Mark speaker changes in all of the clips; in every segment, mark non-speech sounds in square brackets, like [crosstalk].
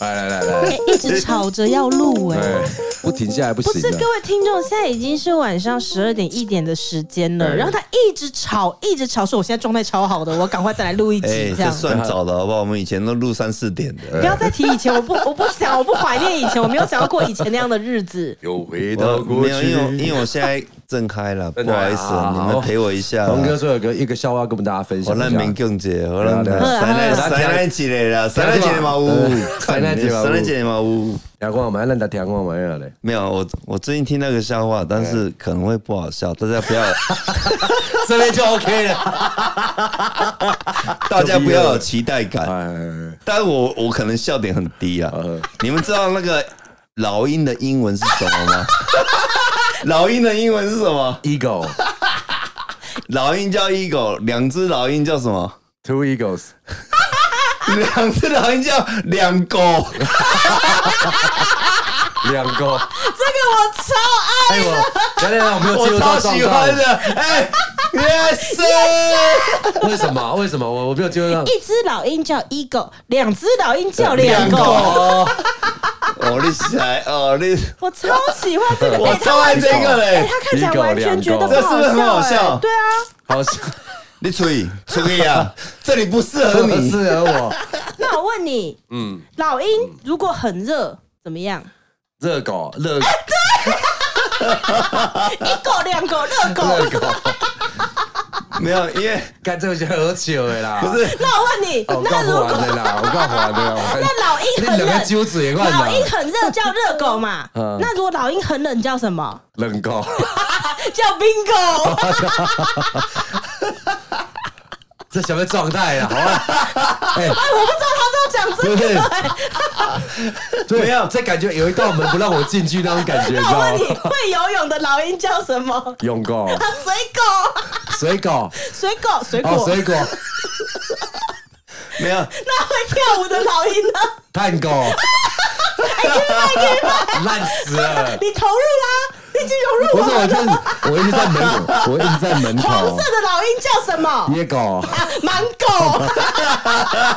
Speaker 1: 来来来 [laughs] 来，
Speaker 2: 哎一直吵着要录哎、
Speaker 1: 哎，不停下来不
Speaker 2: 不
Speaker 1: 行
Speaker 2: 是
Speaker 1: 的
Speaker 2: 各。位听众，现在已经是晚上十二点一点的时间了，
Speaker 1: 哎
Speaker 2: 然后他一直吵，一直吵，说我现在状态超好的，我赶快再来录一
Speaker 3: 哎
Speaker 2: 集，这
Speaker 3: 这
Speaker 2: 样。
Speaker 3: 算早了好不好？我们以前都录三四点的。
Speaker 2: 不要再提以前，我不，我不想，我不怀念以前，我没有想要过以前那样的日
Speaker 3: [laughs]
Speaker 2: 子。啊
Speaker 1: 又 [laughs] 回到
Speaker 3: 我
Speaker 1: 过
Speaker 3: 没有，
Speaker 1: 去
Speaker 3: 因为。我因为我现在正开了，不
Speaker 1: 真的啊
Speaker 3: 好意思，你们陪我一下。
Speaker 1: 龙呃哥说有个一个笑话跟我们大家分
Speaker 3: 我
Speaker 1: 享一
Speaker 3: 那
Speaker 1: 下。
Speaker 3: 民更节，我那
Speaker 1: 对啊
Speaker 2: 对啊
Speaker 3: 三奶
Speaker 2: 对
Speaker 1: 啊
Speaker 3: 三奶几嘞啦，三奶几嘞
Speaker 1: 对
Speaker 3: 嘛
Speaker 1: 啊
Speaker 3: 呜，
Speaker 1: 三奶几嘛有
Speaker 3: 三奶几嘞嘛呜。
Speaker 1: 听过吗？让他听过没有嘞？
Speaker 3: 没有，我我最近听那个笑话，但是可能会不
Speaker 1: [laughs]
Speaker 3: 好笑，大家不要，
Speaker 1: 这边就 OK 了。
Speaker 3: [laughs] 大家不要有期待感。
Speaker 1: 哎，
Speaker 3: 但我我可能笑点很低啊。你们知道那个老鹰的英文是什么 [laughs] 吗？老鹰的英文是什么？
Speaker 1: eagle
Speaker 3: 老鹰叫 eagle，两只老鹰叫什么？
Speaker 1: two [laughs] eagles，
Speaker 3: 两只老鹰叫两狗。
Speaker 1: 两个。
Speaker 2: 这个我超爱，
Speaker 1: 哎我，等等，我没有
Speaker 3: [laughs] 我
Speaker 1: 进入
Speaker 3: 超
Speaker 1: 到状
Speaker 3: 喜欢的
Speaker 1: 态。，
Speaker 3: 哎、y e s sir
Speaker 1: 为什么？为什么？我我没有进入
Speaker 2: [laughs]
Speaker 1: 到。
Speaker 2: 一只老鹰叫 eagle，两只老鹰叫两
Speaker 3: 两
Speaker 2: 狗，
Speaker 1: 哦，
Speaker 3: 哦，你起来哦，你
Speaker 2: 我超喜欢这个。
Speaker 3: [laughs] 我
Speaker 2: 哎他
Speaker 3: 超爱这个
Speaker 2: 哎、
Speaker 3: 嘞，
Speaker 2: 他看起来完全觉得
Speaker 1: 这
Speaker 2: 不
Speaker 3: 是不是很好
Speaker 2: 好笑、
Speaker 3: 笑
Speaker 2: 哎对啊，
Speaker 1: 好 [laughs] 像
Speaker 3: 你吹吹 [laughs] 啊，这里不适合
Speaker 1: 很
Speaker 3: 你，
Speaker 1: 适合我。
Speaker 2: 那我问你，嗯，老鹰如果很热怎么样？
Speaker 1: 热狗，热
Speaker 2: 一狗两狗热狗。
Speaker 1: 热狗，
Speaker 3: 没有，因为
Speaker 1: 干这个就喝酒的啦。
Speaker 3: [laughs] 不是，
Speaker 2: 那我问你，
Speaker 1: 哦，我
Speaker 2: 那
Speaker 1: 干
Speaker 2: 如
Speaker 1: 活
Speaker 2: 果
Speaker 1: 的啦，我干活的啦。
Speaker 2: 那老鹰
Speaker 1: 那
Speaker 2: 很
Speaker 1: 两
Speaker 2: 冷
Speaker 1: 个，揪子也怪
Speaker 2: 老鹰
Speaker 1: 冷，
Speaker 2: 很热叫热狗嘛？
Speaker 1: 嗯
Speaker 2: 那如果老鹰很冷叫什么？
Speaker 1: [laughs] 冷狗，
Speaker 2: 叫冰狗。
Speaker 1: 这什么状态啊？好啊，
Speaker 2: 哎，我不知道他是要讲
Speaker 1: 对
Speaker 2: 这
Speaker 1: 不 [laughs]
Speaker 2: 个。
Speaker 1: 对？
Speaker 3: 没有
Speaker 1: 这感觉有一道门不让我进去那种
Speaker 2: [laughs]
Speaker 1: 感觉，你知
Speaker 2: 那我问你，
Speaker 1: 道吗？
Speaker 2: 会游泳的老鹰叫什么？
Speaker 1: 勇狗、
Speaker 2: 啊，水狗，
Speaker 1: 水
Speaker 2: [laughs]
Speaker 1: 狗，
Speaker 2: 水狗，水
Speaker 1: 哦，
Speaker 2: 果。
Speaker 1: 水果、
Speaker 3: 没有，
Speaker 2: 那会跳舞的老
Speaker 1: [laughs]
Speaker 2: 鹰呢？
Speaker 1: 探
Speaker 2: [laughs]
Speaker 1: 狗，烂死了！
Speaker 2: 你投入啦，你已经融入
Speaker 1: 嗯不
Speaker 2: 我
Speaker 1: 是，我
Speaker 2: 们
Speaker 1: 就
Speaker 2: 了。
Speaker 1: 是我一直在门口，我一直在门
Speaker 2: 黄
Speaker 1: 口
Speaker 2: 色，的老鹰叫什么？
Speaker 1: 野狗，
Speaker 2: 啊，盲
Speaker 1: [laughs]
Speaker 2: 狗。
Speaker 1: 哎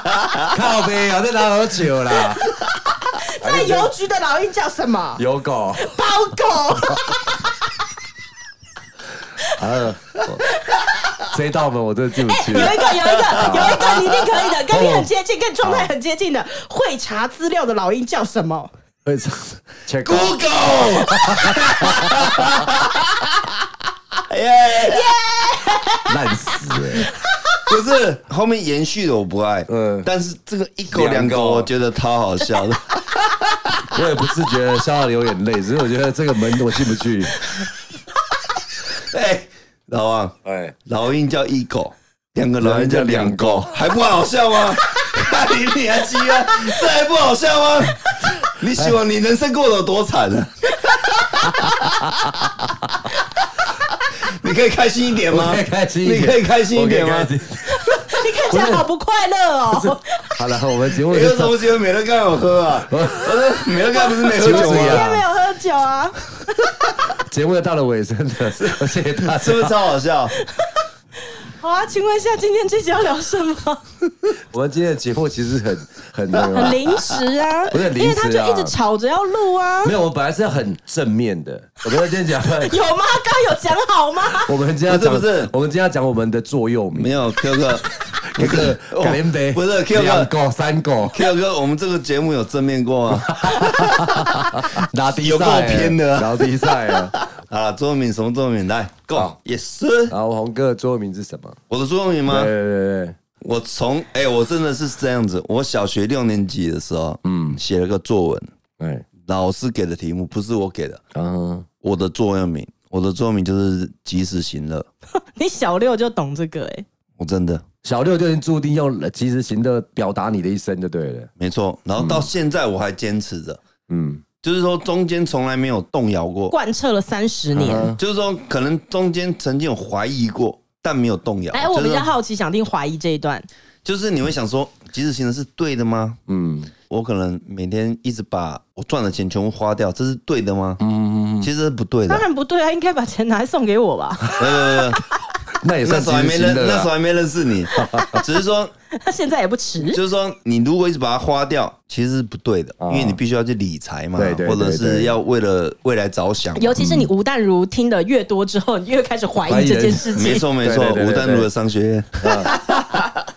Speaker 1: 靠背啊，在哪喝酒啦？
Speaker 2: [laughs] 在邮局的老鹰叫什么？
Speaker 1: 有狗，
Speaker 2: 包狗。
Speaker 1: 这道门我真的进不 [laughs]
Speaker 2: 哎，
Speaker 1: 去
Speaker 2: 有。一个，有一个，有一
Speaker 1: [laughs]
Speaker 2: 个，你一定可以的，跟
Speaker 1: 哦
Speaker 2: 你很接近，跟状态很接近的。会查资料的老鹰叫什
Speaker 1: [laughs]
Speaker 2: 么？
Speaker 1: 会唱 check
Speaker 2: [laughs]
Speaker 1: out
Speaker 3: Google，耶，
Speaker 1: 烂死欸！
Speaker 3: 不是后面延续的我不爱，
Speaker 1: 嗯
Speaker 3: 嗯，但是这个一口
Speaker 1: 两
Speaker 3: 两
Speaker 1: 口
Speaker 3: 口我觉得超好笑的，
Speaker 1: 我也不自觉地笑到流眼泪，只是我觉得这个门我进不去。
Speaker 3: 哎、老王，
Speaker 1: 哎，
Speaker 3: 老鹰叫一狗，两个老鹰叫两狗，还不好笑吗？你你还鸡啊？这还不好笑吗？你希望你人生过得有多惨啊？你可以开心一点吗？
Speaker 1: 我可以开心一点
Speaker 3: 你可以开心一点
Speaker 1: 我
Speaker 3: 吗
Speaker 1: 可以？开
Speaker 2: 你看起来好不快乐 [laughs] 哦。
Speaker 1: 好了，我们节目
Speaker 3: 你
Speaker 1: 就
Speaker 3: 有什么机会美乐干有喝
Speaker 1: [laughs]
Speaker 3: 啊？美乐干不是没喝
Speaker 1: 酒啊
Speaker 3: 酒
Speaker 2: 今
Speaker 1: 呀
Speaker 3: 吗？
Speaker 2: 天没有喝酒啊，
Speaker 1: 节目又到了尾声了， [laughs] 谢谢大家
Speaker 3: [laughs] 是。不是超
Speaker 1: [laughs]
Speaker 3: 好笑？
Speaker 2: 好啊，请问一下，今天这集要聊什
Speaker 1: [laughs]
Speaker 2: 么？
Speaker 1: 我们今天的节目其实很很那
Speaker 3: [laughs]
Speaker 2: 很
Speaker 1: 个，
Speaker 2: 临时啊，
Speaker 1: [laughs] 不是临时啊
Speaker 2: 因为他就一直吵着要录啊，
Speaker 1: 没有，我们本来是要很正面的。我们要今天
Speaker 3: [laughs]
Speaker 1: 讲，
Speaker 2: 有吗？刚刚有讲好吗？ [laughs]
Speaker 1: 我们今天要讲，
Speaker 3: 不是不是
Speaker 1: 我们今天要讲我们的座右铭，
Speaker 3: 没有 Q 哥
Speaker 1: 一个
Speaker 3: 哦
Speaker 1: 感恩杯，
Speaker 3: 不是 Q
Speaker 1: 两
Speaker 3: 哥
Speaker 1: 狗三
Speaker 3: [laughs]
Speaker 1: 狗
Speaker 3: ，Q 哥，我们这个节目有正面
Speaker 1: [laughs]
Speaker 3: 过吗？
Speaker 1: 拉低
Speaker 3: 有够
Speaker 1: 赛，
Speaker 3: 偏的啊
Speaker 1: 拉低赛
Speaker 3: [laughs]
Speaker 1: 啊！
Speaker 3: 好了，座右铭什么座右铭？来
Speaker 1: 好
Speaker 3: ，Go，也是
Speaker 1: 然后红哥的座右铭是什么？
Speaker 3: 我的座右铭
Speaker 1: 对？
Speaker 3: 吗
Speaker 1: 对对，
Speaker 3: 我从哎、我真的是这样子。我小学六年级的时候，嗯，写了个作文，
Speaker 1: 对哎，
Speaker 3: 老师给的题目不是我给的，
Speaker 1: 嗯，
Speaker 3: 我的座右铭，我的座右铭就是及时行乐。
Speaker 2: 你小六就懂这个哎、
Speaker 3: 我真的
Speaker 1: 小六就已经注定要及时行乐表达你的一生就对了，
Speaker 3: 没错，然后到现在我还坚持着，
Speaker 1: 嗯，
Speaker 3: 就是说中间从来没有动摇过，
Speaker 2: 贯彻了三十年。
Speaker 1: 嗯
Speaker 3: 就是说可能中间曾经有怀疑过，但没有动摇。
Speaker 2: 哎、我
Speaker 3: 就是
Speaker 2: 比
Speaker 3: 说
Speaker 2: 较好奇，想听怀疑这一段。
Speaker 3: 就是你会想说，及时行乐是对的吗？
Speaker 1: 嗯
Speaker 3: 我可能每天一直把我赚的钱全部花掉，这是对的吗？嗯，其实是不对的
Speaker 2: 当。然不对啊，应该把钱拿来送给我吧。 [laughs]
Speaker 3: 没有没有没有
Speaker 1: 那也
Speaker 3: 那
Speaker 1: 算
Speaker 3: 时候还
Speaker 1: 执
Speaker 3: 没
Speaker 1: 行啊
Speaker 3: 认，
Speaker 1: 的
Speaker 3: 那时候
Speaker 1: 啦。
Speaker 3: 还没认
Speaker 1: [laughs]
Speaker 3: 识你，只是说，
Speaker 2: 他现在也不迟。
Speaker 3: 就是说，你如果一直把它花掉，其实是不对的，因为你必须要去理财
Speaker 1: 啊
Speaker 3: 嘛
Speaker 1: 对，对
Speaker 3: 或者
Speaker 1: 对
Speaker 3: 是
Speaker 1: 对
Speaker 3: 要为了未来着想嘛。
Speaker 2: 尤其是你吴淡如听得越多之后，你越开始怀
Speaker 1: 怀疑
Speaker 2: 疑这件
Speaker 1: 人
Speaker 2: 事情。
Speaker 3: [laughs] 没错没错
Speaker 1: 对，对对
Speaker 3: 吴淡如的商学院
Speaker 1: 啊。
Speaker 3: [laughs]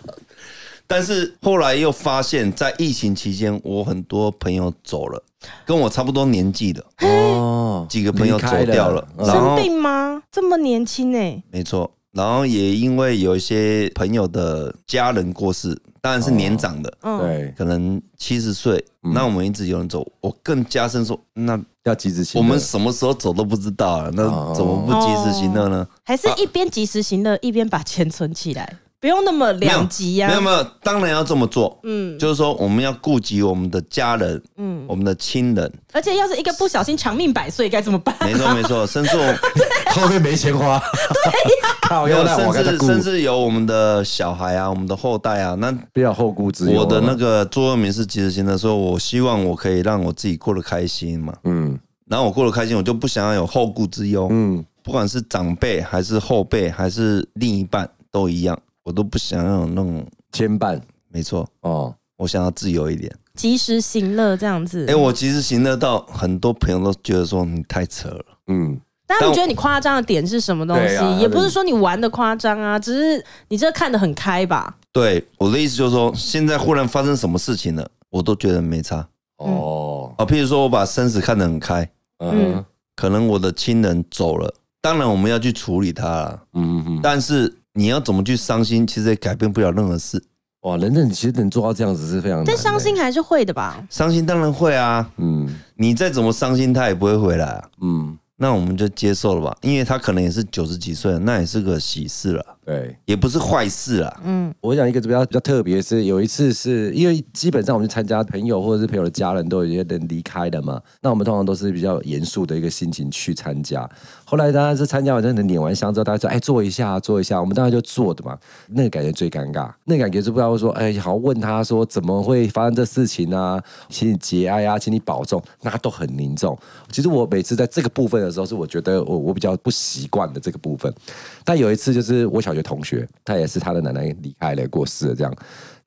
Speaker 3: 但是后来又发现，在疫情期间，我很多朋友走了，跟我差不多年纪的
Speaker 1: 哦，
Speaker 3: 几个朋友
Speaker 1: 离
Speaker 3: 走
Speaker 1: 开
Speaker 3: 掉了，
Speaker 1: 嗯
Speaker 3: 然
Speaker 2: 生
Speaker 3: 后
Speaker 2: 病吗？这么年轻哎、
Speaker 3: 没错，然后也因为有一些朋友的家人过世，当然是年长的，
Speaker 2: 嗯，
Speaker 1: 对，
Speaker 3: 可能七十岁，
Speaker 1: 嗯
Speaker 3: 那我们一直有人走，我更加深说，那
Speaker 1: 要及时行
Speaker 3: 我
Speaker 1: 乐。
Speaker 3: 们什么时候走都不知道啊，那
Speaker 1: 哦
Speaker 3: 怎么不及时行乐呢？
Speaker 2: 还是一边及时行乐，一边把钱存起来，不用那么两极呀、
Speaker 3: 没有没有，当然要这么做，
Speaker 2: 嗯
Speaker 3: 就是说我们要顾及我们的家人，
Speaker 2: 嗯，
Speaker 3: 我们的亲
Speaker 2: [laughs]
Speaker 3: 人，
Speaker 2: 而且要是一个不小心长命百岁该怎么办？
Speaker 3: 没错没错，甚至我们
Speaker 1: [laughs] 后面没钱花， [laughs] 靠
Speaker 3: 没有
Speaker 1: 腰带哦我跟
Speaker 3: 甚
Speaker 1: 他
Speaker 3: 至
Speaker 1: 顾，
Speaker 3: 甚至有我们的小孩啊，我们的后代啊，那
Speaker 1: 不要后顾之忧。啊
Speaker 3: 我的那，个座右铭是及时行乐，说我希望我可以让我自己过得开心嘛。
Speaker 1: 嗯
Speaker 3: 然后我过得开心，我就不想要有后顾之忧。
Speaker 1: 嗯，
Speaker 3: 不管是长辈还是后辈还是另一半都一样，我都不想要有那种。
Speaker 1: 牵绊
Speaker 3: 没错，
Speaker 1: 哦，
Speaker 3: 我想要自由一点。
Speaker 2: 及时行乐这样子
Speaker 3: 哎、，我其实行乐到很多朋友都觉得说你太扯了。
Speaker 1: 嗯，
Speaker 2: 但他们
Speaker 3: 但
Speaker 2: 觉得你夸张的点是什么东西？
Speaker 1: 对啊
Speaker 2: 也不是说你玩的夸张啊，只是你这看得很开吧？
Speaker 3: 对我的意思就是说，现在忽然发生什么事情了，我都觉得没差
Speaker 1: 哦，
Speaker 3: 啊。譬如说，我把生死看得很开，
Speaker 1: 嗯
Speaker 2: 嗯
Speaker 3: 可能我的亲人走了，当然我们要去处理他啦。
Speaker 1: 嗯嗯，
Speaker 3: 但是你要怎么去伤心，其实也改变不了任何事。
Speaker 1: 哇，人人其实能做到这样子是非常
Speaker 3: 嗯
Speaker 1: 难的，
Speaker 2: 但伤心还是会的吧？
Speaker 3: 伤心当然会啊，
Speaker 1: 嗯
Speaker 3: 你再怎么伤心，他也不会回来啊。
Speaker 1: 嗯，
Speaker 3: 那我们就接受了吧，因为他可能也是九十几岁了，那也是个喜事了，
Speaker 1: 对。
Speaker 3: 也不是坏事啦。
Speaker 2: 嗯，
Speaker 1: 我讲一个比较比较特别，是有一次是因为基本上我们去参加朋友或者是朋友的家人都有一些人离开了嘛，那我们通常都是比较严肃的一个心情去参加。后来大家是参加完真的捻完香之后，大家说哎坐一下坐一下，我们当然就坐的嘛，那个感觉最尴尬，那个感觉是不知道说哎好问他说怎么会发生这事情啊，请你节哀啊，请你保重，那都很凝重。其实我每次在这个部分的时候，是我觉得我我比较不习惯的这个部分。但有一次就是我小学同学，他也是他的奶奶离开了，过世了这样。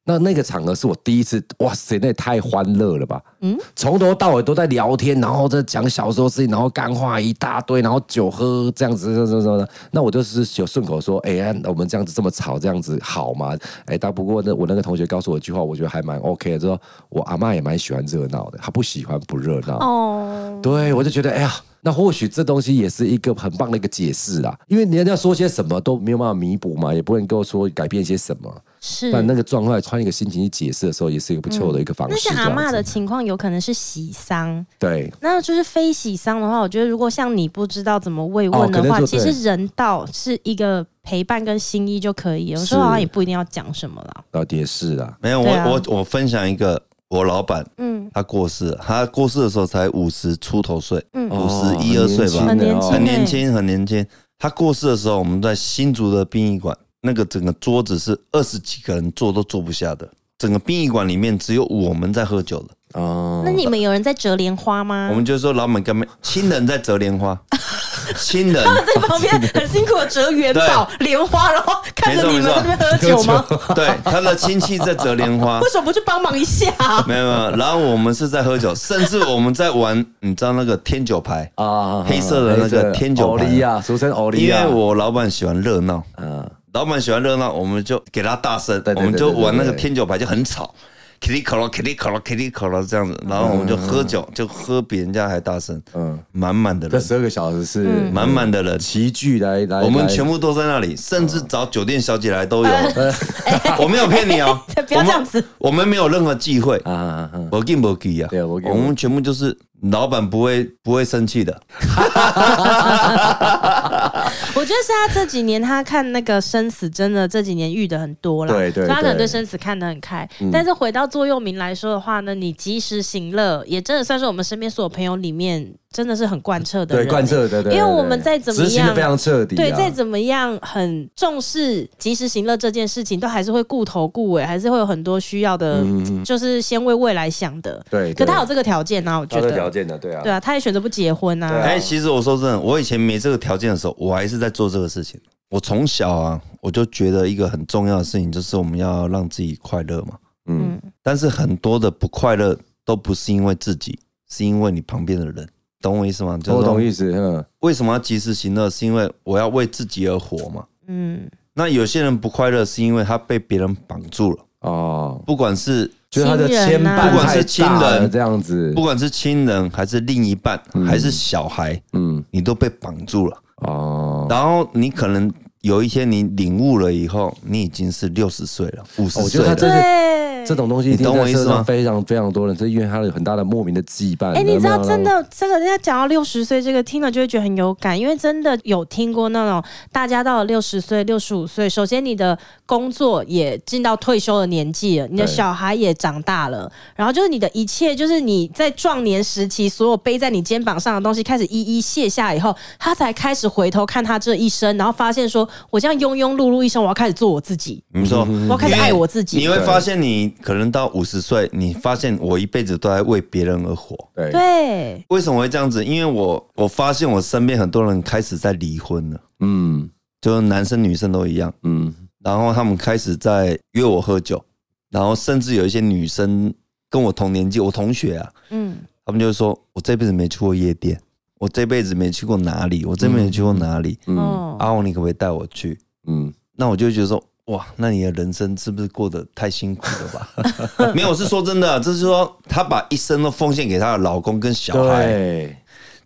Speaker 1: 那那个场合是我第一次，哇塞，那也太欢乐了吧！嗯，从头到尾都在聊天，然后在讲小时候事情，然后干话一大堆，然后酒喝这样子，什么什么什么的。那我就是有顺口说，哎、呀，我们这样子这么吵，这样子好吗？哎、但不过呢，我那个同学告诉我一句话，我觉得还蛮 OK 的，就说我阿妈也蛮喜欢热闹的，她不喜欢不热闹。
Speaker 2: 哦，
Speaker 1: 对，我就觉得，哎呀，那或许这东西也是一个很棒的一个解释啦，因为你要说些什么都没有办法弥补嘛，也不能够说改变些什么，
Speaker 2: 是。
Speaker 1: 但那个状况穿一个心情去解释的时候，也是一个不错的一个方
Speaker 2: 那
Speaker 1: 式。
Speaker 2: 像阿
Speaker 1: 这样
Speaker 2: 嬷
Speaker 1: 子
Speaker 2: 的情况，有可能是喜丧，
Speaker 1: 对，
Speaker 2: 那就是非喜丧的话，我觉得如果像你不知道怎么慰问的
Speaker 1: 哦可
Speaker 2: 话，
Speaker 1: 能就
Speaker 2: 其
Speaker 1: 对
Speaker 2: 实人道是一个陪伴跟心意就可以了。有时
Speaker 1: 是
Speaker 2: 候好像也不一定要讲什么啦。
Speaker 1: 然后也是啦，
Speaker 3: 没有，我、
Speaker 2: 对啊
Speaker 3: 我我分享一个，我老板
Speaker 2: 嗯，
Speaker 3: 他过世了，他过世的时候才五十出头岁，
Speaker 2: 嗯
Speaker 3: 五十一
Speaker 1: 哦
Speaker 3: 二岁吧，
Speaker 2: 很年轻
Speaker 3: 很
Speaker 2: 很
Speaker 3: 年
Speaker 2: 年
Speaker 3: 轻，很年轻。他过世的时候，我们在新竹的殡仪馆，那个整个桌子是二十几个人坐都坐不下的，整个殡仪馆里面只有我们在喝酒的。
Speaker 1: 哦
Speaker 2: 那你们有人在折莲花吗？
Speaker 3: 我们就说老板干嘛？亲人在折莲
Speaker 2: [laughs]
Speaker 3: 花，亲人
Speaker 2: 在旁边很辛苦的折元
Speaker 1: [laughs]
Speaker 2: 宝、莲花，然后看着你们在那边喝酒吗？
Speaker 3: [laughs] 对他的亲戚在折莲花
Speaker 2: 为，什么不去帮忙一下？，
Speaker 3: 没有没有。然后我们是在喝酒，甚至我们在玩，你知道那个天九牌，
Speaker 1: 啊
Speaker 3: 黑色的那个天酒
Speaker 1: 欧
Speaker 3: 牌
Speaker 1: 利亚，哦啊俗称欧利
Speaker 3: 因
Speaker 1: 亚，
Speaker 3: 为我老板喜欢热闹，
Speaker 1: 嗯，
Speaker 3: 老板喜欢热闹，我们就给他大声，
Speaker 1: 对对
Speaker 3: 我
Speaker 1: 对
Speaker 3: 们就玩
Speaker 1: 对
Speaker 3: 那个
Speaker 1: 对对
Speaker 3: 天九牌就很吵。k i t 咯 k i t 咯 k i t 咯这样子，然后我们就喝酒，就喝比人家还大声，嗯
Speaker 1: 嗯，
Speaker 3: 满满的
Speaker 1: 这
Speaker 3: 人，
Speaker 1: 十二个小时是
Speaker 3: 满满的人，
Speaker 1: 齐聚来来，
Speaker 3: 我们
Speaker 1: 来嗯
Speaker 3: 全部都在那里，甚至找酒店小姐来都有。 [laughs] 我没有骗你
Speaker 1: [laughs]
Speaker 3: 哦
Speaker 1: 哎
Speaker 2: 不要这样子
Speaker 3: 我们，我们没有任何忌讳。
Speaker 1: 啊啊啊，
Speaker 3: 我给不给呀？
Speaker 1: 对
Speaker 3: 我
Speaker 1: 没给没给
Speaker 3: 们全部就是老板不会不会生气的，
Speaker 2: 我觉得是他这几年他看那个生死，真的这几年遇的很多了，
Speaker 1: 对对嗯
Speaker 2: 所以他可能
Speaker 1: 对
Speaker 2: 对生死看得很开。但是回到座右铭来说的话呢，你及时行乐，也真的算是我们身边所有朋友里面真的是很贯彻的
Speaker 1: 对
Speaker 2: 人，
Speaker 1: 贯彻的，对对
Speaker 2: 因为我
Speaker 1: 对
Speaker 2: 们再怎么
Speaker 1: 执行的
Speaker 2: 样
Speaker 1: 非常彻底啊，
Speaker 2: 对，再怎么样很重视及时行乐这件事情，都还是会顾头顾尾，还是会有很多需要的，就是先为未来想的。
Speaker 1: 嗯对
Speaker 2: 可
Speaker 1: 对
Speaker 2: 他有这个条件啊，我觉
Speaker 1: 达到条
Speaker 2: 得。
Speaker 1: 件的，对啊
Speaker 2: 对，啊，他也选择不结婚啊。
Speaker 1: 对啊
Speaker 3: 哎、其实我说真的，我以前没这个条件的时候，我还是在做这个事情。我从小啊，我就觉得一个很重要的事情就是我们要让自己快乐嘛。
Speaker 1: 嗯
Speaker 2: 嗯，
Speaker 3: 但是很多的不快乐都不是因为自己，是因为你旁边的人，懂我意思吗？就
Speaker 1: 我
Speaker 3: 是说
Speaker 1: 懂意思，嗯，
Speaker 3: 为什么要及时行乐，是因为我要为自己而活嘛。
Speaker 2: 嗯，
Speaker 3: 那有些人不快乐，是因为他被别人绑住了，
Speaker 1: 哦，
Speaker 3: 不管是
Speaker 1: 就是他的牵
Speaker 2: 亲人
Speaker 1: 绊
Speaker 2: 啊
Speaker 3: 不管
Speaker 1: 太
Speaker 3: 是
Speaker 1: 大了
Speaker 3: 亲人
Speaker 1: 这样子
Speaker 3: 不，管是亲人还是另一半还是小孩，
Speaker 1: 嗯，
Speaker 3: 你都被绑住了。
Speaker 1: 哦，
Speaker 3: 然后你可能有一天你领悟了以后，你已经是六十岁了，五十
Speaker 1: 哦我觉得
Speaker 3: 岁
Speaker 1: 他
Speaker 3: 了。
Speaker 1: 真的
Speaker 2: 对，
Speaker 1: 这。种东西一定
Speaker 3: 你懂我
Speaker 1: 在
Speaker 3: 意思
Speaker 1: 社
Speaker 3: 吗
Speaker 1: 会上非常非常多人，是因为他有很大的莫名的羁绊。
Speaker 2: 哎、你知道
Speaker 1: 有没有
Speaker 2: 真的这个人家讲到六十岁这个，听了就会觉得很有感，因为真的有听过那种大家到了六十岁、六十五岁，首先你的工作也进到退休的年纪了，你的
Speaker 1: 对
Speaker 2: 小孩也长大了，然后就是你的一切，就是你在壮年时期所有背在你肩膀上的东西开始一一卸下以后，他才开始回头看他这一生，然后发现说我这样庸庸碌碌一生，我要开始做我自己，
Speaker 3: 你
Speaker 1: 嗯
Speaker 3: 说，
Speaker 2: 我要开始爱我自己
Speaker 3: 你。会发现你可能到五十岁，你发现我一辈子都在为别人而活。
Speaker 1: 对，
Speaker 2: 对，
Speaker 3: 为什么会这样子？因为我我发现我身边很多人开始在离婚了，
Speaker 1: 嗯
Speaker 3: 就是男生女生都一样。
Speaker 1: 嗯，
Speaker 3: 然后他们开始在约我喝酒，然后甚至有一些女生跟我同年纪，我同学啊，
Speaker 2: 嗯，
Speaker 3: 他们就说我这辈子没去过夜店，我这辈子没去过哪里，我这辈子没去过哪里。
Speaker 1: 嗯
Speaker 2: 哦，
Speaker 3: 阿旺，你可不可以带我去？
Speaker 1: 嗯，
Speaker 3: 那我就觉得说，哇，那你的人生是不是过得太辛苦了吧？ [laughs] 没有，我是说真的，啊就是说她把一生都奉献给她的老公跟小孩，
Speaker 1: 对，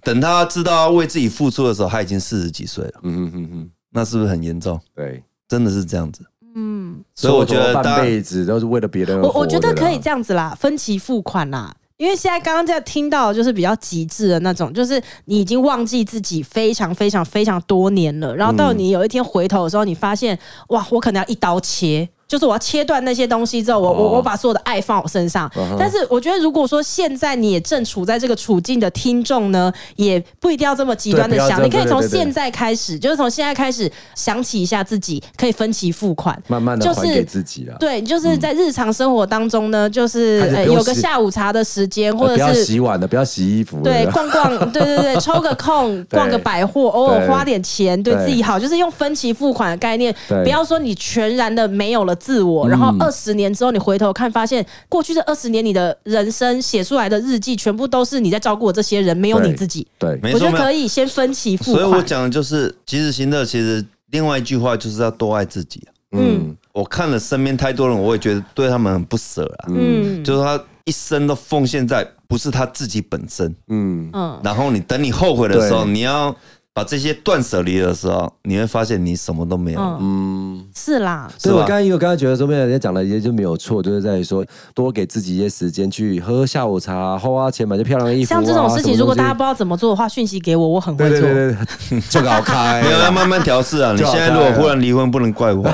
Speaker 3: 等她知道要为自己付出的时候，她已经四十几岁了，
Speaker 1: 嗯哼哼哼，
Speaker 3: 那是不是很严重？
Speaker 1: 对。
Speaker 3: 真的是这样子，
Speaker 2: 嗯。
Speaker 3: 所以我觉
Speaker 1: 做
Speaker 3: 得
Speaker 1: 了
Speaker 3: 大
Speaker 1: 半
Speaker 3: 家
Speaker 1: 辈子都是为了别人而
Speaker 2: 我
Speaker 1: 活
Speaker 2: 我觉
Speaker 1: 的啦
Speaker 2: 得可以这样子啦，分期付款啦。因为现在刚刚在听到的就是比较极致的那种，就是你已经忘记自己非常非常非常多年了，然后
Speaker 1: 嗯
Speaker 2: 到你有一天回头的时候，你发现哇，我可能要一刀切，就是我要切断那些东西之后，我
Speaker 1: 哦
Speaker 2: 我我把所有的爱放我身上。
Speaker 1: 嗯
Speaker 2: 但是我觉得，如果说现在你也正处在这个处境的听众呢，也不一定要这么极端的
Speaker 1: 对不要
Speaker 2: 想，
Speaker 1: 这
Speaker 2: 你
Speaker 1: 样
Speaker 2: 可以
Speaker 1: 对
Speaker 2: 从
Speaker 1: 对对
Speaker 2: 现在开始，就是从现在开始想起一下自己可以分期付款，
Speaker 1: 慢慢的
Speaker 2: 就
Speaker 1: 还
Speaker 2: 是
Speaker 1: 给自己了。
Speaker 2: 对，就是在日常生活当中呢，就是
Speaker 1: 啊嗯还是
Speaker 2: 呃
Speaker 1: 不用
Speaker 2: 有个
Speaker 1: 洗
Speaker 2: 下午茶的时间，
Speaker 1: 呃
Speaker 2: 或
Speaker 1: 不要
Speaker 2: 者是。
Speaker 1: 洗碗了，不要洗衣服了。 [laughs]
Speaker 2: 对，逛逛，对对对，抽个空逛个百货，偶尔
Speaker 1: 对
Speaker 2: 花点钱对
Speaker 1: 对
Speaker 2: 自己好，就是用分期付款的概念，
Speaker 1: 对嗯
Speaker 2: 不要说你全然的没有了自我，然后二十年之后你回头看，发现过去这二十年你的人生写出来的日记，全部都是你在照顾我这些人，没有你
Speaker 1: 对
Speaker 2: 自己。
Speaker 1: 对，
Speaker 3: 没
Speaker 2: 我觉
Speaker 3: 错
Speaker 2: 得
Speaker 3: 没有
Speaker 2: 可以先分期付
Speaker 3: 所以
Speaker 2: 款。
Speaker 3: 我讲的就是及时行乐，其实另外一句话就是要多爱自己啊、
Speaker 2: 嗯
Speaker 3: 我看了身边太多人，我也觉得对他们很不舍啊。
Speaker 2: 嗯
Speaker 3: 就是他一生都奉献在不是他自己本身，
Speaker 1: 嗯，
Speaker 2: 嗯，
Speaker 3: 然后你等你后悔的时候，
Speaker 1: 对
Speaker 3: 你要把这些断舍离的时候，你会发现你什么都没有。
Speaker 2: 嗯是啦，
Speaker 1: 所以
Speaker 3: 是
Speaker 1: 我
Speaker 3: 吧
Speaker 1: 刚才因为我刚才觉得说，面人家讲的也就没有错，就是在于说多给自己一些时间去喝下午茶，花钱买些漂亮的衣服啊。
Speaker 2: 像这种事情，如果大家不
Speaker 1: 不
Speaker 2: 知道怎么做的话，讯息给我，我很会
Speaker 1: 对
Speaker 2: 做。
Speaker 1: 对对对，就搞开
Speaker 3: 没有要慢慢调试啊！你
Speaker 1: 就好
Speaker 3: 现在如果忽然离婚，不能怪我。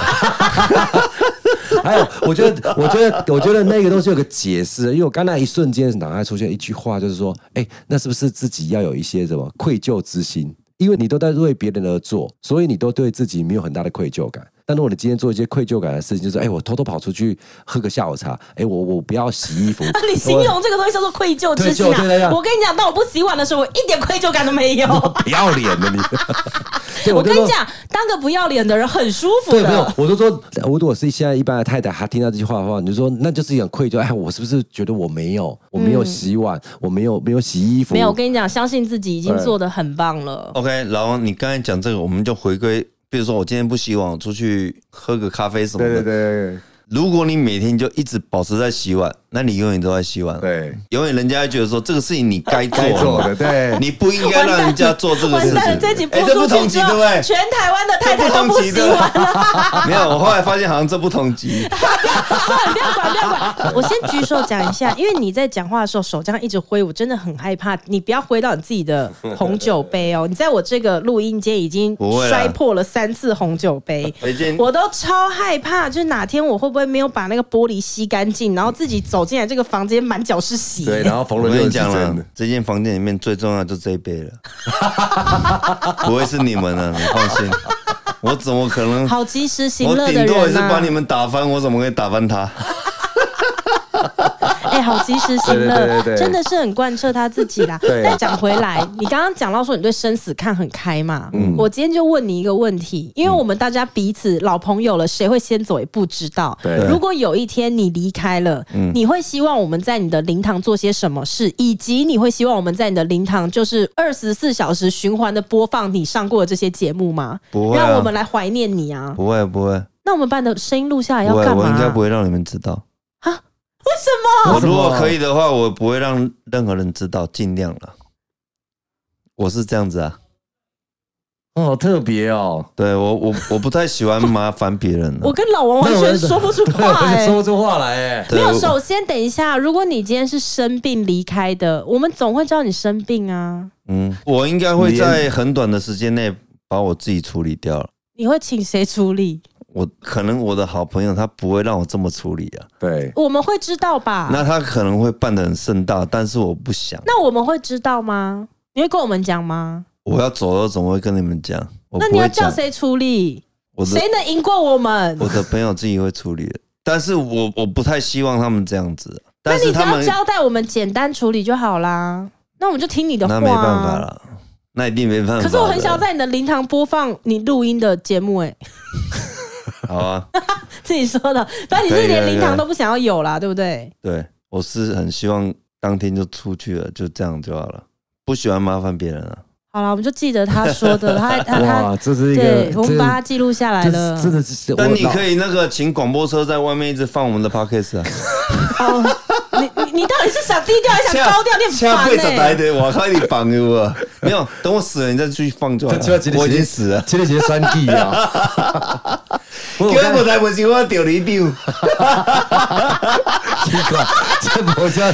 Speaker 1: [laughs] 还有，我觉得，我觉得，我觉得那个东西有个解释，因为我刚才一瞬间脑海出现一句话，就是说，哎、那是不是自己要有一些什么愧疚之心？因为你都在为别人而做，所以你都对自己没有很大的愧疚感。但如果你今天做一些愧疚感的事情，就是哎、我偷偷跑出去喝个下午茶，哎、我我不要洗衣服
Speaker 2: 啊，， [laughs] 你形容这个东西叫做愧疚之心
Speaker 1: 愧疚对对对
Speaker 2: 啊！我跟你讲，当我不洗碗的时候，我一点愧疚感都没有。
Speaker 1: 我不要脸的你。 [laughs] 对
Speaker 2: 我
Speaker 1: 就
Speaker 2: 跟
Speaker 1: 说
Speaker 2: 你讲，当个不要脸的人很舒服
Speaker 1: 对，没有
Speaker 2: 的，。
Speaker 1: 我就说，如果是现在一般的太太，她听到这句话的话，你就说，那就是一种愧疚。哎，我是不是觉得我没有，我没有洗碗，我没有没有洗衣服？
Speaker 2: 没有，我跟你讲，相信自己已经
Speaker 1: 对
Speaker 2: 做的很棒了。
Speaker 3: OK，然后你刚才讲这个，我们就回归，比如说我今天不洗碗，我出去喝个咖啡什么的。
Speaker 1: 对
Speaker 3: 如果你每天就一直保持在洗碗，那你永远都在洗碗。，
Speaker 1: 对，
Speaker 3: 永远人家会觉得说这个事情你该做嘛，
Speaker 1: 对
Speaker 3: 你不应该让人家做这个
Speaker 2: 完
Speaker 3: 事
Speaker 2: 蛋了，
Speaker 3: 情。
Speaker 2: 这集播
Speaker 3: 哎这不
Speaker 2: 出
Speaker 3: 同
Speaker 2: 去
Speaker 3: 级
Speaker 2: 之
Speaker 3: 对
Speaker 2: 后
Speaker 3: 不对，？
Speaker 2: 全台湾的太太都不洗碗了。
Speaker 3: 没有，我后来发现好像这不同级。
Speaker 2: 不要管，不要管。 [laughs] 我先举手讲一下，因为你在讲话的时候手这样一直挥，我真的很害怕。你不要挥到你自己
Speaker 3: [laughs]
Speaker 2: 的红酒杯哦！你在我这个录音间已经
Speaker 3: 不会啦
Speaker 2: 摔破了三次红酒杯
Speaker 3: 我 [laughs] 已经，
Speaker 2: 我都超害怕，就是哪天我会不会没有把那个玻璃吸干净，然后自己走进来这个房间满脚是血。
Speaker 1: 对，然后
Speaker 3: 我
Speaker 1: 冯仑
Speaker 3: 跟
Speaker 1: 就
Speaker 3: 你
Speaker 1: 是
Speaker 3: 讲
Speaker 1: 真
Speaker 3: 了
Speaker 1: 的，，
Speaker 3: 这间房间里面最重要就这一杯了， [laughs] 不会是你们了，你放心，我怎么可能？
Speaker 2: 好及时行
Speaker 3: 我
Speaker 2: 乐的
Speaker 3: 顶多也
Speaker 2: 人啊
Speaker 3: 是
Speaker 2: 呐、
Speaker 3: 把你们打翻，我怎么可以打翻他？
Speaker 2: 哎、 [laughs] 哎、好及时行
Speaker 1: 对对对
Speaker 2: 乐，
Speaker 1: 对对
Speaker 2: 真的是很贯彻他自己
Speaker 3: [laughs]
Speaker 2: 啦。
Speaker 3: 啊
Speaker 1: 对
Speaker 2: 但讲回来，你刚刚讲到说你对生死看很开嘛，
Speaker 3: 嗯
Speaker 2: 我今天就问你一个问题，因为我们大家彼此老朋友了，谁会先走也不知道。
Speaker 1: 对
Speaker 2: 如果有一天你离开
Speaker 3: 嗯
Speaker 2: 了，你会希望我们在你的灵堂做些什么事，以及你会希望我们在你的灵堂就是二十四小时循环的播放你上过的这些节目吗？
Speaker 3: 不会啊
Speaker 2: 让我们来怀念你啊。
Speaker 3: 不会不会
Speaker 2: 那我们把你的声音录下来要
Speaker 3: 不会，啊
Speaker 2: 干嘛、哦
Speaker 3: 我应该不会让你们知道。
Speaker 2: 为什么？
Speaker 3: 我如果可以的话，我不会让任何人知道，尽量了。我是这样子啊，
Speaker 1: 哦，好特别哦。
Speaker 3: 对我我我不太喜欢麻烦别人、啊
Speaker 2: 我。跟老王完全说不出
Speaker 3: [laughs]
Speaker 1: 对，
Speaker 2: 话、
Speaker 1: 而且
Speaker 2: 哎
Speaker 1: 说不出话来哎。
Speaker 3: 对
Speaker 2: 没有，
Speaker 3: 我
Speaker 2: 首先等一下，如果你今天是生病离开的，我们总会知道你生病啊。
Speaker 3: 嗯，我应该会在很短的时间内把我自己处理掉了。
Speaker 2: 你会请谁处理？
Speaker 3: 我可能我的好朋友他不会让我这么处理啊，
Speaker 1: 对，
Speaker 2: 我们会知道吧？
Speaker 3: 那他可能会办得很盛大，但是我不想。
Speaker 2: 啊那我们会知道吗？你会跟我们讲吗？
Speaker 3: 我要走了，怎么会跟你们讲？我
Speaker 2: 那
Speaker 3: 不
Speaker 2: 你要
Speaker 3: 会
Speaker 2: 叫
Speaker 3: 讲。
Speaker 2: 谁处理？
Speaker 3: 我的
Speaker 2: 谁能赢过我们
Speaker 3: 我？的朋友自己会处理的，但是我我不太希望他们这样子。啊
Speaker 2: 那
Speaker 3: 但
Speaker 2: 你只
Speaker 3: 是他
Speaker 2: 要
Speaker 3: 们
Speaker 2: 交代我们简单处理就好啦。那我们就听你的话、啊。
Speaker 3: 那没办法了，那一定没办法的。
Speaker 2: 可是我很想要在你的灵堂播放你录音的节目、哎，
Speaker 3: [laughs]
Speaker 2: [laughs]
Speaker 3: 好啊，
Speaker 2: 自己说的，反正你
Speaker 3: 可
Speaker 2: 是
Speaker 3: 以
Speaker 2: 连
Speaker 3: 可以
Speaker 2: 灵
Speaker 3: 可
Speaker 2: 堂
Speaker 3: 以
Speaker 2: 都不想要有啦，对不对？
Speaker 3: 对我是很希望当天就出去了，就这样就好了。不喜欢麻烦别人啊，
Speaker 2: 好了，我们就记得他说的，他他
Speaker 1: 哇，
Speaker 2: 他，
Speaker 1: 这是一个
Speaker 2: 对，，我们把它记录下来
Speaker 1: 这
Speaker 2: 了
Speaker 1: 这。真的是，
Speaker 3: 但
Speaker 1: 我
Speaker 3: 你可以那个请广播车在外面一直放我们的 podcast 啊，
Speaker 2: 哦，你你你到底是想低调还是想高调？你
Speaker 3: 现在
Speaker 2: 很
Speaker 3: 被找
Speaker 2: 烦
Speaker 3: 台
Speaker 2: 哎。
Speaker 3: 的，我看你绑给我，没有，等我死了你再去放就好
Speaker 1: 他就要
Speaker 3: 了
Speaker 1: 今。天
Speaker 3: 我已经死了，
Speaker 1: 今天节三 D [laughs] 啊，我有
Speaker 3: 根
Speaker 1: 看
Speaker 3: 本来不及我丢你丢，
Speaker 1: 到，这不像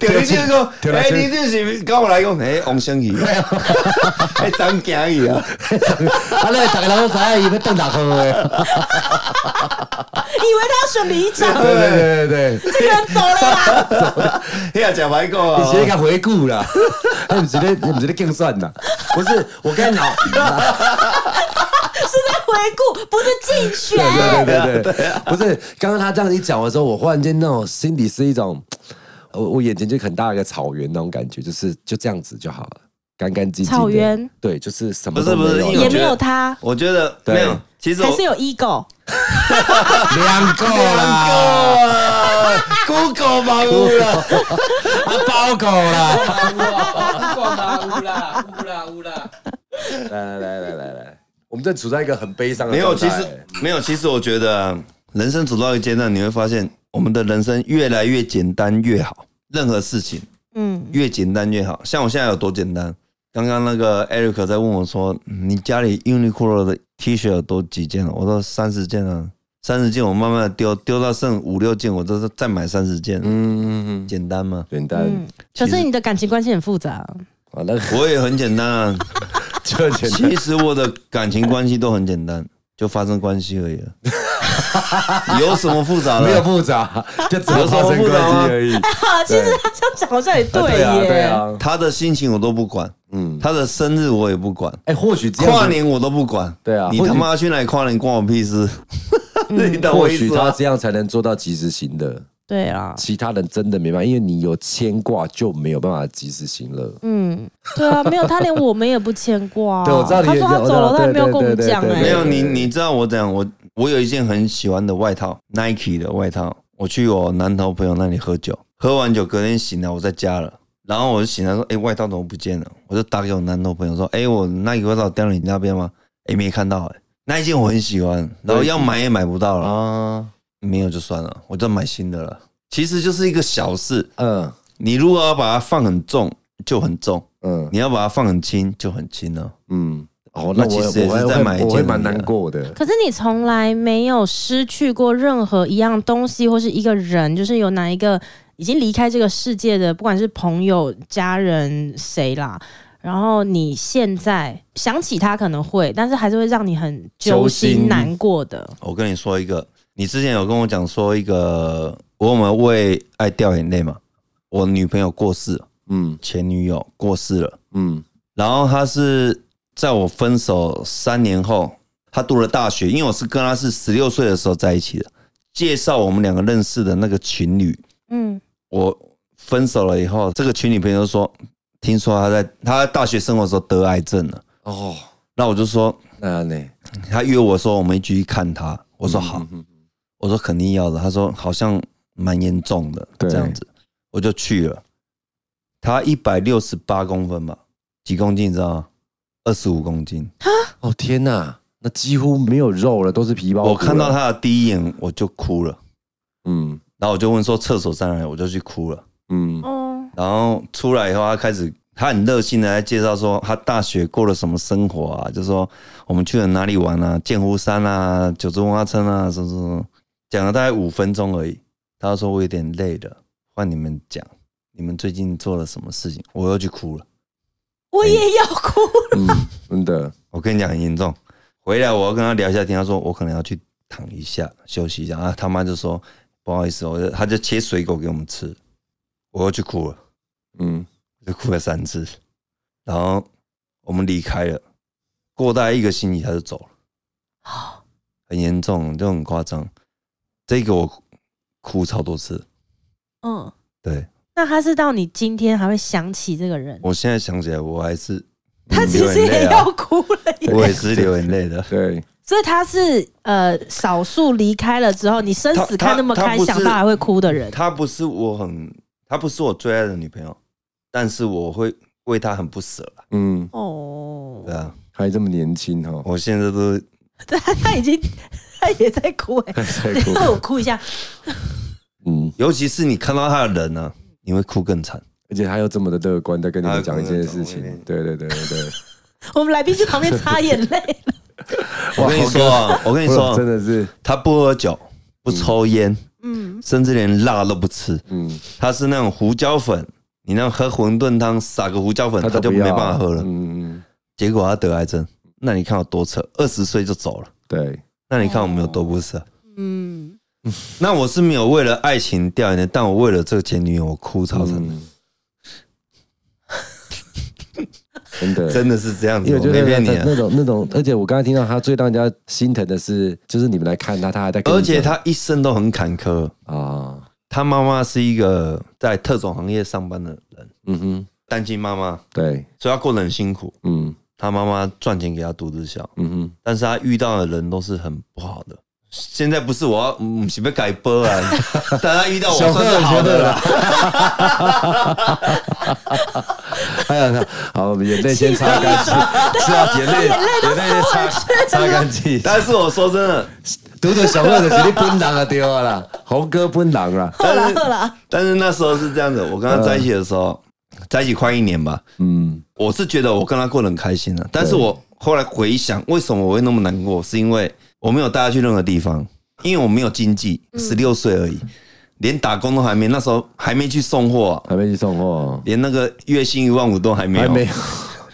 Speaker 3: 丢你丢个，
Speaker 1: 对啦
Speaker 3: 哎，
Speaker 1: 对
Speaker 3: 你就是跟我来讲，哎，王星宇，哎，张嘉宇啊，
Speaker 1: 啊，那大家都知影伊要邓大亨的，
Speaker 2: 以为他要选里长，
Speaker 1: 对对对对对，
Speaker 2: 这个人走了啦。
Speaker 3: 你也讲白过
Speaker 1: 你
Speaker 3: 啊
Speaker 1: 直，接给他回顾 [laughs] 啦，哎，你直接你直接更算啦，不是，我跟你讲，
Speaker 2: 是在回顾，不是竞选。
Speaker 1: 对对对对，不是，刚刚他这样一讲的时候，我忽然间那种心里是一种，我我眼前就很大一个草原那种感觉，就是就这样子就好了，干干净净的。
Speaker 2: 草原
Speaker 1: 对，就是什么
Speaker 3: 不是
Speaker 1: 都没有
Speaker 3: 不是因为
Speaker 2: 也
Speaker 3: 我
Speaker 2: 没
Speaker 3: 觉
Speaker 2: 有
Speaker 3: 得
Speaker 2: 他，
Speaker 3: 我觉得
Speaker 1: 对
Speaker 3: 没有，其实我
Speaker 2: 还是有 ego。
Speaker 1: 两个啦，
Speaker 3: 啊，Google 吧，Google，
Speaker 1: 啊包狗啦，
Speaker 4: 逛吧，乌啦乌啦乌啦，
Speaker 1: 来来来来来来，我们正处在一个很悲伤的
Speaker 3: 没有，其
Speaker 1: 状态
Speaker 3: 实没有，其实我觉得啊人生走到一个阶段，你会发现我们的人生越来越简单越好，任何事情
Speaker 2: 嗯，
Speaker 3: 越简单越好。像我现在有多简单？刚刚那个 Eric 在问我说，嗯你家里 Uniqlo 的 T 恤有多几件了？啊我说三十件啊，三十件我慢慢地丢，丢到剩五六件，我都是再买三十件，
Speaker 1: 嗯，嗯嗯
Speaker 3: 简单吗？
Speaker 1: 简单
Speaker 2: 嗯可是你的感情关系很复杂，
Speaker 1: 啊，那个
Speaker 3: 我也很简单啊。
Speaker 1: [laughs] 就简单。
Speaker 3: 其实我的感情关系都很简单，就发生关系而已了，
Speaker 1: [laughs]
Speaker 3: 有什么复杂的？
Speaker 1: 没有复杂，就只有
Speaker 3: 有什
Speaker 1: 发
Speaker 3: 么
Speaker 1: 生关
Speaker 3: 复杂吗
Speaker 1: 系而已。
Speaker 2: 啊，其实他这样讲好像也
Speaker 1: 对啊，对
Speaker 2: 耶。
Speaker 1: 啊，
Speaker 3: 他的心情我都不管，
Speaker 1: 嗯，
Speaker 3: 他的生日我也不管，
Speaker 1: 哎，或许这样子
Speaker 3: 跨年我都不管。
Speaker 1: 对啊
Speaker 3: 你
Speaker 1: 或许
Speaker 3: 他妈去哪里跨年关我屁事？ [laughs] 你懂
Speaker 1: 或
Speaker 3: 我意
Speaker 1: 许
Speaker 3: 思
Speaker 1: 他
Speaker 3: 吗？
Speaker 1: 这样才能做到及时行乐，
Speaker 2: 对啊，
Speaker 1: 其他人真的没办法，因为你有牵挂就没有办法及时行乐。
Speaker 2: 嗯，对啊，没有他连我们也不牵挂。
Speaker 1: 对我知道你
Speaker 2: 他说他走了，他也没有跟我们讲
Speaker 1: 对
Speaker 2: 哎。
Speaker 3: 没有你，
Speaker 1: 对
Speaker 3: 你知道我怎样？我我有一件很喜欢的外套，Nike 的外套。我去我南头朋友那里喝酒，喝完酒隔天醒来我在家了，然后我就醒来说：“哎、外套怎么不见了？”我就打给我南头朋友说：“哎、我 Nike 外套掉了你那边吗？”哎、没看到哎、那一件我很喜欢，然后要买也买不到了，
Speaker 1: 啊，
Speaker 3: 没有就算了，我就买新的了。其实就是一个小事，
Speaker 1: 嗯
Speaker 3: 你如果要把它放很重就很重，
Speaker 1: 嗯
Speaker 3: 你要把它放很轻就很轻了。
Speaker 1: 嗯，哦，那
Speaker 3: 那其
Speaker 1: 我
Speaker 3: 实也
Speaker 1: 我
Speaker 3: 是
Speaker 1: 还
Speaker 3: 在买
Speaker 1: 会
Speaker 3: 一
Speaker 1: 我会
Speaker 3: 件
Speaker 1: 蛮
Speaker 3: 而已啊
Speaker 1: 难过的。
Speaker 2: 可是你从来没有失去过任何一样东西或是一个人，就是有哪一个已经离开这个世界的，不管是朋友、家人谁啦，然后你现在想起他可能会，但是还是会让你很揪
Speaker 1: 揪
Speaker 2: 心
Speaker 1: 心
Speaker 2: 难过的。
Speaker 3: 我跟你说一个，你之前有跟我讲说一个，我们为爱掉眼泪嘛。我女朋友过世了，
Speaker 1: 嗯
Speaker 3: 前女友过世了，
Speaker 1: 嗯
Speaker 3: 然后她是在我分手三年后，她读了大学，因为我是跟她是十六岁的时候在一起的，介绍我们两个认识的那个情侣，
Speaker 2: 嗯，
Speaker 3: 我分手了以后，这个群里朋友说，听说他在他大学生活的时候得癌症了，
Speaker 1: 哦，
Speaker 3: 那我就说，
Speaker 1: 那呢？
Speaker 3: 他约我说我们一起去看他，我说好，
Speaker 1: 嗯，
Speaker 3: 我说肯定要的，他说好像蛮严重的
Speaker 1: 对
Speaker 3: 这样子，我就去了。他一百六十八公分吧，几公斤你知道吗？二十五公斤。
Speaker 1: 哦天哪，那几乎没有肉了，都是皮包骨了。
Speaker 3: 我看到他的第一眼我就哭了，
Speaker 1: 嗯
Speaker 3: 然后我就问说厕所在哪里，我就去哭了。
Speaker 1: 嗯，
Speaker 2: 哦，
Speaker 3: 然后出来以后，他开始他很热心的在介绍说他大学过了什么生活啊，就说我们去了哪里玩啊，剑湖山啊，九州文化村啊，什么什么什么，讲了大概五分钟而已。他说我有点累了，换你们讲，你们最近做了什么事情？我又去哭了。
Speaker 2: 我也要哭了。
Speaker 1: 嗯，真的，
Speaker 3: 我跟你讲很严重。回来我要跟他聊一下天，他说我可能要去躺一下休息一下啊。他妈就说不好意思，我就他就切水果给我们吃，我又去哭了。
Speaker 1: 嗯，
Speaker 3: 就哭了三次，然后我们离开了，过大概一个星期他就走了，
Speaker 2: 哦
Speaker 3: 很严重，就很夸张。这个我哭超多次，
Speaker 2: 嗯，
Speaker 3: 对
Speaker 2: 那他是到你今天还会想起这个人，
Speaker 3: 我现在想起来我还是
Speaker 2: [laughs] 他其实也要哭了耶。
Speaker 3: 啊我也是流眼泪的。
Speaker 1: 对，
Speaker 2: [laughs] 所以他是呃少数离开了之后，你生死看那么
Speaker 3: 他他
Speaker 2: 开，
Speaker 3: 他不是
Speaker 2: 想到还会哭的人。
Speaker 3: 她不是我很，她不是我最爱的女朋友，但是我会为她很不舍啦
Speaker 1: 嗯，
Speaker 2: 哦
Speaker 3: 对，啊，
Speaker 1: 还这么年轻哦，
Speaker 3: 我现在都
Speaker 2: 他他已经他也在哭哎、
Speaker 1: 太
Speaker 2: 等
Speaker 1: 酷了，
Speaker 2: [laughs] 一下我哭一下。
Speaker 1: 嗯，
Speaker 3: 尤其是你看到她的人呢、你会哭更惨。
Speaker 1: 而且他又这么的乐观，在跟你们讲一些事
Speaker 3: 他又
Speaker 1: 情，
Speaker 3: 哭
Speaker 1: 对对对对对，
Speaker 2: 我们来宾去旁边擦眼泪 [laughs] 了。
Speaker 3: 我跟你说啊， [laughs] 我跟你说啊，
Speaker 1: 真的是，
Speaker 3: 他不喝酒，不抽烟，
Speaker 2: 嗯，
Speaker 3: 甚至连辣都不吃。
Speaker 1: 嗯，
Speaker 3: 他是那种胡椒粉，你那种喝馄饨汤撒个胡椒粉，他
Speaker 1: 都
Speaker 3: 就
Speaker 1: 不
Speaker 3: 没
Speaker 1: 要啊
Speaker 3: 办法喝了。
Speaker 1: 嗯嗯，
Speaker 3: 结果他得癌症，那你看我多扯，二十岁就走了，
Speaker 1: 对，
Speaker 3: 那你看我们有多不舍。
Speaker 2: 嗯，
Speaker 3: 那我是没有为了爱情掉眼泪，但我为了这个前女友，我哭超惨的，
Speaker 1: 嗯真的
Speaker 3: [laughs] 真的是这样子，
Speaker 1: 因为
Speaker 3: 我
Speaker 1: 我觉
Speaker 3: 没
Speaker 1: 得
Speaker 3: 骗你
Speaker 1: 那
Speaker 3: 啊。
Speaker 1: 那种那种，而且我刚才听到他最让人家心疼的是，就是你们来看他，他还在跟
Speaker 3: 而
Speaker 1: 你讲，
Speaker 3: 且他一生都很坎坷，
Speaker 1: 啊，
Speaker 3: 他妈妈是一个在特种行业上班的人，
Speaker 1: 嗯哼，
Speaker 3: 单亲妈妈，
Speaker 1: 对，
Speaker 3: 所以他过得很辛苦。
Speaker 1: 嗯
Speaker 3: 他妈妈赚钱给他读日校，
Speaker 1: 嗯哼， [laughs]
Speaker 3: 但是他遇到的人都是很不好的。现在不是我要，嗯，是被改播啊，
Speaker 1: [laughs]
Speaker 3: 但他遇到我算是好的啦。
Speaker 1: 哎呀，那好，我们眼泪先擦
Speaker 3: [laughs]
Speaker 1: 干净，是啊，眼泪眼泪先擦擦干净。
Speaker 3: 但是我说真
Speaker 1: [laughs]
Speaker 3: 的，
Speaker 1: 读者小二的是你本人啊，对啊
Speaker 3: [laughs]
Speaker 1: 啦，猴哥本人啦，
Speaker 2: 好啦
Speaker 3: 但
Speaker 2: 好
Speaker 3: 是
Speaker 2: 啦，
Speaker 3: 但是那时候是这样子，我跟他在一起的时候，在一起快一年吧，
Speaker 1: 嗯
Speaker 3: 我是觉得我跟他过得很开心的、但是我后来回想，为什么我会那么难过，是因为我没有带他去任何地方，因为我没有经济，
Speaker 1: 嗯
Speaker 3: 十六岁而已，连打工都还没，那时候还没去送货啊、
Speaker 1: 还没去送货，
Speaker 3: 连那个月薪一万五都还没
Speaker 1: 还
Speaker 3: 有，
Speaker 1: 没有，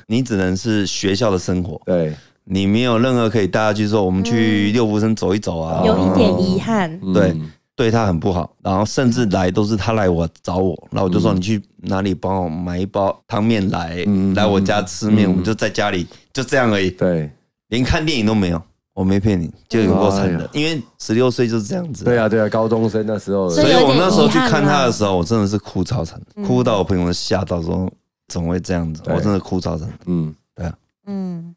Speaker 3: 你只能是学校的生活，
Speaker 1: 对，
Speaker 3: 你没有任何可以大家去说我们去六福村走一走啊，
Speaker 2: 有一点遗憾。
Speaker 1: 嗯
Speaker 3: 对，对他很不好，然后甚至来都是他来我找我，然后我就说你去哪里帮我买一包汤面来，
Speaker 1: 嗯
Speaker 3: 来我家吃面，我们就在家里就这样而已，
Speaker 1: 对
Speaker 3: 连看电影都没有，我没骗你，就有够惨
Speaker 1: 哎
Speaker 3: 的
Speaker 1: 呀，
Speaker 3: 因为十六岁就是这样子，
Speaker 1: 对啊对啊，高中生那时候，
Speaker 2: 所
Speaker 3: 所以
Speaker 2: 有
Speaker 3: 我
Speaker 2: 点
Speaker 3: 那时候
Speaker 2: 遗
Speaker 3: 去
Speaker 2: 憾
Speaker 3: 看他
Speaker 2: 啦
Speaker 3: 的时候，我真的是哭超惨，
Speaker 1: 嗯
Speaker 3: 哭到我朋友都吓到说怎么会这样子，
Speaker 1: 对
Speaker 3: 我真的哭超惨。
Speaker 1: 嗯，
Speaker 2: 嗯，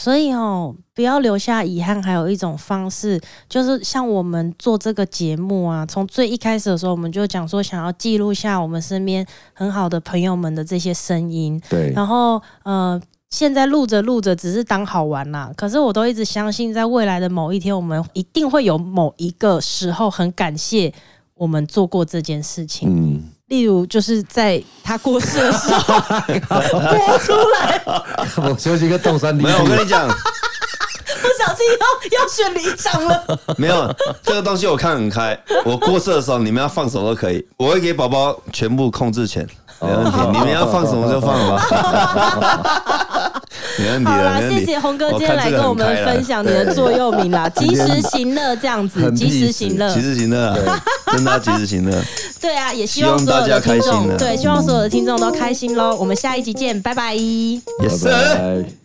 Speaker 2: 所以哦，不要留下遗憾。还有一种方式，就是像我们做这个节目啊，从最一开始的时候，我们就讲说想要记录下我们身边很好的朋友们的这些声音，
Speaker 1: 对，
Speaker 3: 哦
Speaker 2: 然后呃。现在录着录着，只是当好玩啦。可是我都一直相信，在未来的某一天，我们一定会有某一个时候很感谢我们做过这件事情。
Speaker 1: 嗯。 [laughs]
Speaker 2: 例如，就是在他过世的时候 [laughs] 播出来，
Speaker 1: 我休息个动山离地
Speaker 3: 没有，我跟你讲，
Speaker 2: 不小心要要选里长
Speaker 3: [laughs]
Speaker 2: 了。
Speaker 3: 没有这个东西我看很开。我过世的时候，你们要放什么都可以，我会给宝宝全部控制权，
Speaker 2: 哦
Speaker 3: 没问题。你们要放什么就放吧，
Speaker 2: [laughs]
Speaker 3: 没问题
Speaker 2: 好
Speaker 3: 的，
Speaker 2: 啦，
Speaker 3: 没问
Speaker 2: 谢
Speaker 3: 题
Speaker 2: 谢。红哥
Speaker 3: 我
Speaker 2: 今天
Speaker 3: 看
Speaker 2: 来
Speaker 3: 这个
Speaker 2: 跟我
Speaker 3: 很
Speaker 2: 们
Speaker 3: 开啦
Speaker 2: 分享你的座右
Speaker 3: [laughs]
Speaker 2: 铭啦，及时行乐这样子，
Speaker 1: 很
Speaker 2: 及时
Speaker 1: peace，
Speaker 2: 行乐
Speaker 3: 及。时行乐啊，真的要及时行
Speaker 2: [laughs]
Speaker 3: 乐。
Speaker 2: 对啊，也希
Speaker 3: 希
Speaker 2: 望
Speaker 3: 望
Speaker 2: 所有
Speaker 3: 大
Speaker 2: 的
Speaker 3: 家开
Speaker 2: 听
Speaker 3: 心
Speaker 2: 众，
Speaker 3: 啊
Speaker 2: 对，希望所有的听众都开心喽。我们下一集见，拜拜。
Speaker 3: Yes sir。
Speaker 1: 拜拜